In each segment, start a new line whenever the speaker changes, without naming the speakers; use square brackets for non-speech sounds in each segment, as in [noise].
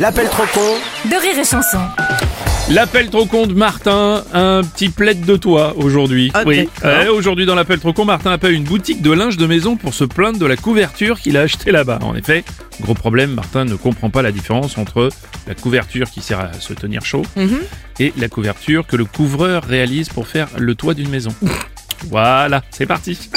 L'appel trop con
de rire et chanson.
L'appel trop con de Martin, un petit plaid de toi aujourd'hui.
Ah,
oui.
d'accord.
Ouais, aujourd'hui dans l'appel trop con, Martin appelle une boutique de linge de maison pour se plaindre de la couverture qu'il a achetée là-bas. En effet, gros problème, Martin ne comprend pas la différence entre la couverture qui sert à se tenir chaud et la couverture que le couvreur réalise pour faire le toit d'une maison. voilà, c'est parti.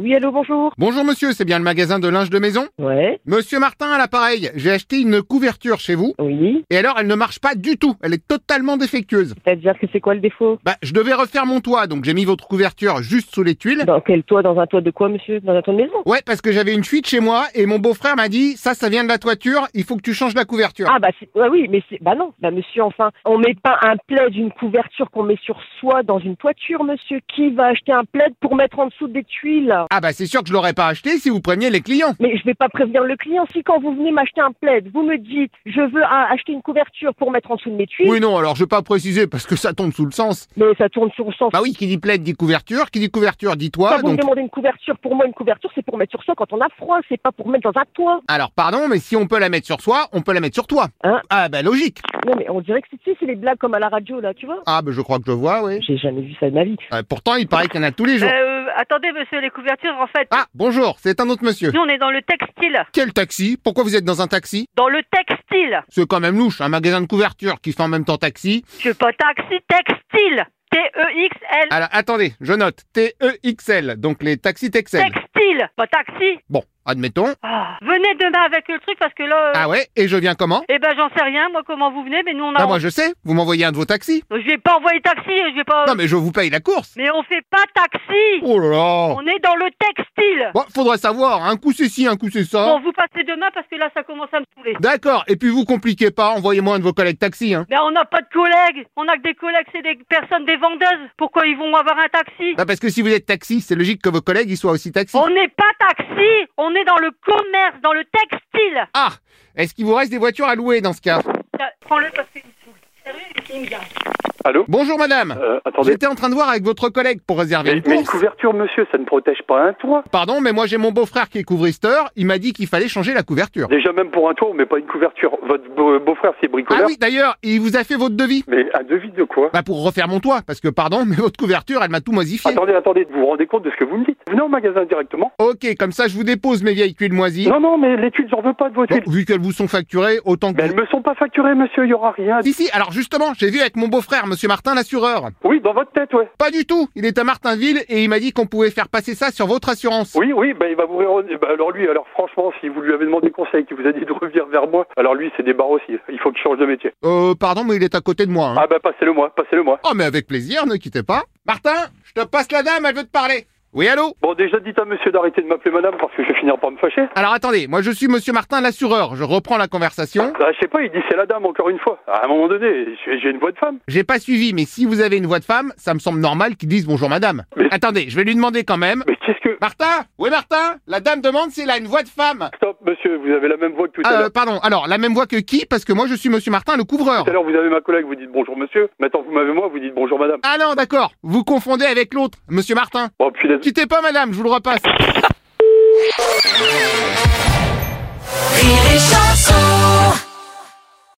Oui, allô, bonjour.
Bonjour monsieur, c'est bien le magasin de linge de maison
Ouais,
Monsieur Martin à l'appareil, j'ai acheté une couverture chez vous,
oui.
et alors elle ne marche pas du tout, elle est totalement défectueuse.
C'est-à-dire que c'est quoi le défaut
Bah, je devais refaire mon toit, donc j'ai mis votre couverture juste sous les tuiles.
Dans quel toit Dans un toit de quoi, monsieur Dans un toit de maison
Ouais, parce que j'avais une fuite chez moi, et mon beau-frère m'a dit, ça, ça vient de la toiture, il faut que tu changes la couverture.
Ah, bah c'est- ouais, oui, mais c'est... Bah non, bah monsieur, enfin, on met pas un plaid, une couverture qu'on met sur soi dans une toiture, monsieur. Qui va acheter un plaid pour mettre en dessous des tuiles
Ah bah c'est sûr que je l'aurais pas acheté si vous preniez les clients.
mais je vais pas prévenir le client. Si quand vous venez m'acheter un plaid, vous me dites je veux un- acheter une couverture pour mettre en dessous de mes tuiles,
Oui non, alors je vais pas préciser parce que ça tombe sous le sens.
mais ça tourne sur le sens.
Bah oui, qui dit plaid dit couverture, qui dit couverture dit
Quand
toit,
vous me
donc...
demandez une couverture, pour moi une couverture c'est pour mettre sur soi quand on a froid, c'est pas pour mettre dans un toit.
Alors pardon, mais si on peut la mettre sur soi, on peut la mettre sur toi.
Hein
ah bah logique.
Non mais on dirait que c'est, tu sais, c'est les blagues comme à la radio là, tu vois.
Ah bah je crois que je vois, oui.
J'ai jamais vu ça de ma vie.
Euh, pourtant, il paraît qu'il y en a tous les jours.
Euh, attendez, monsieur, les couvertures, en fait,
Ah, bonjour, c'est un autre monsieur.
nous, on est dans le textile.
Quel taxi Pourquoi vous êtes dans un taxi
Dans le textile.
C'est quand même louche, un magasin de couverture qui fait en même temps taxi.
Je suis pas taxi, textile. E T-E-X-L.
Alors, attendez, je note. T-E-X-L, donc les taxis Texel.
Textile. Pas taxi.
Bon, admettons.
Ah, venez demain avec le truc parce que là. euh,
Ah ouais, et je viens comment
Eh ben, j'en sais rien, moi, comment vous venez, mais nous, on a.
Bah moi je sais, vous m'envoyez un de vos taxis.
Je vais pas envoyer taxi, je vais pas.
Non mais je vous paye la course.
Mais on fait pas taxi.
Oh là là
On est dans le textile.
Bon, faudrait savoir, un coup c'est ci, un coup c'est ça.
Bon, vous passez demain parce que là, ça commence à me saouler.
D'accord, et puis vous compliquez pas, envoyez-moi un de vos collègues taxis, hein.
Ben, on n'a pas de collègues. On a que des collègues, c'est des personnes, des vendeuses. Pourquoi ils vont avoir un taxi
Bah parce que si vous êtes taxi, c'est logique que vos collègues ils soient aussi taxis.
On n'est pas taxi, on est dans le commerce, dans le textile.
Ah Est-ce qu'il vous reste des voitures à louer dans ce cas
Tiens, Prends-le parce qu'il me saoule. Sérieux, il me gave.
Bonjour madame
Euh, attendez.
J'étais en train de voir avec votre collègue pour réserver
Mais,
une
mais une
course.
couverture, monsieur, ça ne protège pas un toit.
Pardon, mais moi j'ai mon beau-frère qui est couvristeur. Il m'a dit qu'il fallait changer la couverture.
Déjà, même pour un toit, on met pas une couverture. Votre beau- euh, beau-frère, c'est
Ah
bricoleur.
oui, d'ailleurs, il vous a fait votre devis
Mais un devis de quoi
Bah pour refaire mon toit, parce que pardon, [laughs] mais votre couverture, elle m'a tout moisifié.
Attendez, attendez, vous vous rendez compte de ce que vous me dites Venez au magasin directement.
Ok, comme ça je vous dépose mes vieilles tuiles moisies.
Non, non, mais les tuiles, j'en veux pas de
Bon,
vos tuiles.
vu qu'elles vous sont facturées, autant que...
Mais elles me sont pas facturées, monsieur, il y aura rien.
Si, si, alors justement, j'ai vu avec mon beau-frère, monsieur Martin l'assureur.
Oui, dans votre tête, ouais.
Pas du tout, il est à Martinville et il m'a dit qu'on pouvait faire passer ça sur votre assurance.
Oui, oui, bah, il va vous ré- bah, alors lui, alors franchement, si vous lui avez demandé conseil, qu'il vous a dit de revenir vers moi, alors lui, c'est des barres aussi. Il faut qu'il change de métier.
Euh, pardon, mais il est à côté de moi. hein.
Ah bah, passez-le moi, passez-le moi.
Oh, mais avec plaisir, ne quittez pas. Martin, je te passe la dame, elle veut te parler. Oui, allô
Bon, déjà, dites à monsieur d'arrêter de m'appeler madame parce que je vais finir par me fâcher.
Alors attendez, moi je suis Monsieur Martin l'assureur, je reprends la conversation.
Ah, je sais pas, il dit c'est la dame encore une fois. À un moment donné, j'ai j'ai une voix de femme.
J'ai pas suivi, mais si vous avez une voix de femme, ça me semble normal qu'ils disent bonjour madame.
Mais-
Attendez, je vais lui demander quand même.
Mais qu'est-ce que.
Martin Oui Martin La dame demande s'il a une voix de femme.
Stop, monsieur, vous avez la même voix que tout à
Ah,
l'heure.
euh, pardon, alors la même voix que qui Parce que moi je suis Monsieur Martin le couvreur.
Tout à l'heure, vous avez ma collègue, vous dites bonjour monsieur. Maintenant, vous m'avez moi, vous dites bonjour madame.
Ah non, d'accord, vous confondez avec l'autre, Monsieur Martin.
Bon, puis les-
Quittez pas madame, je vous le repasse.
Rire et chanson.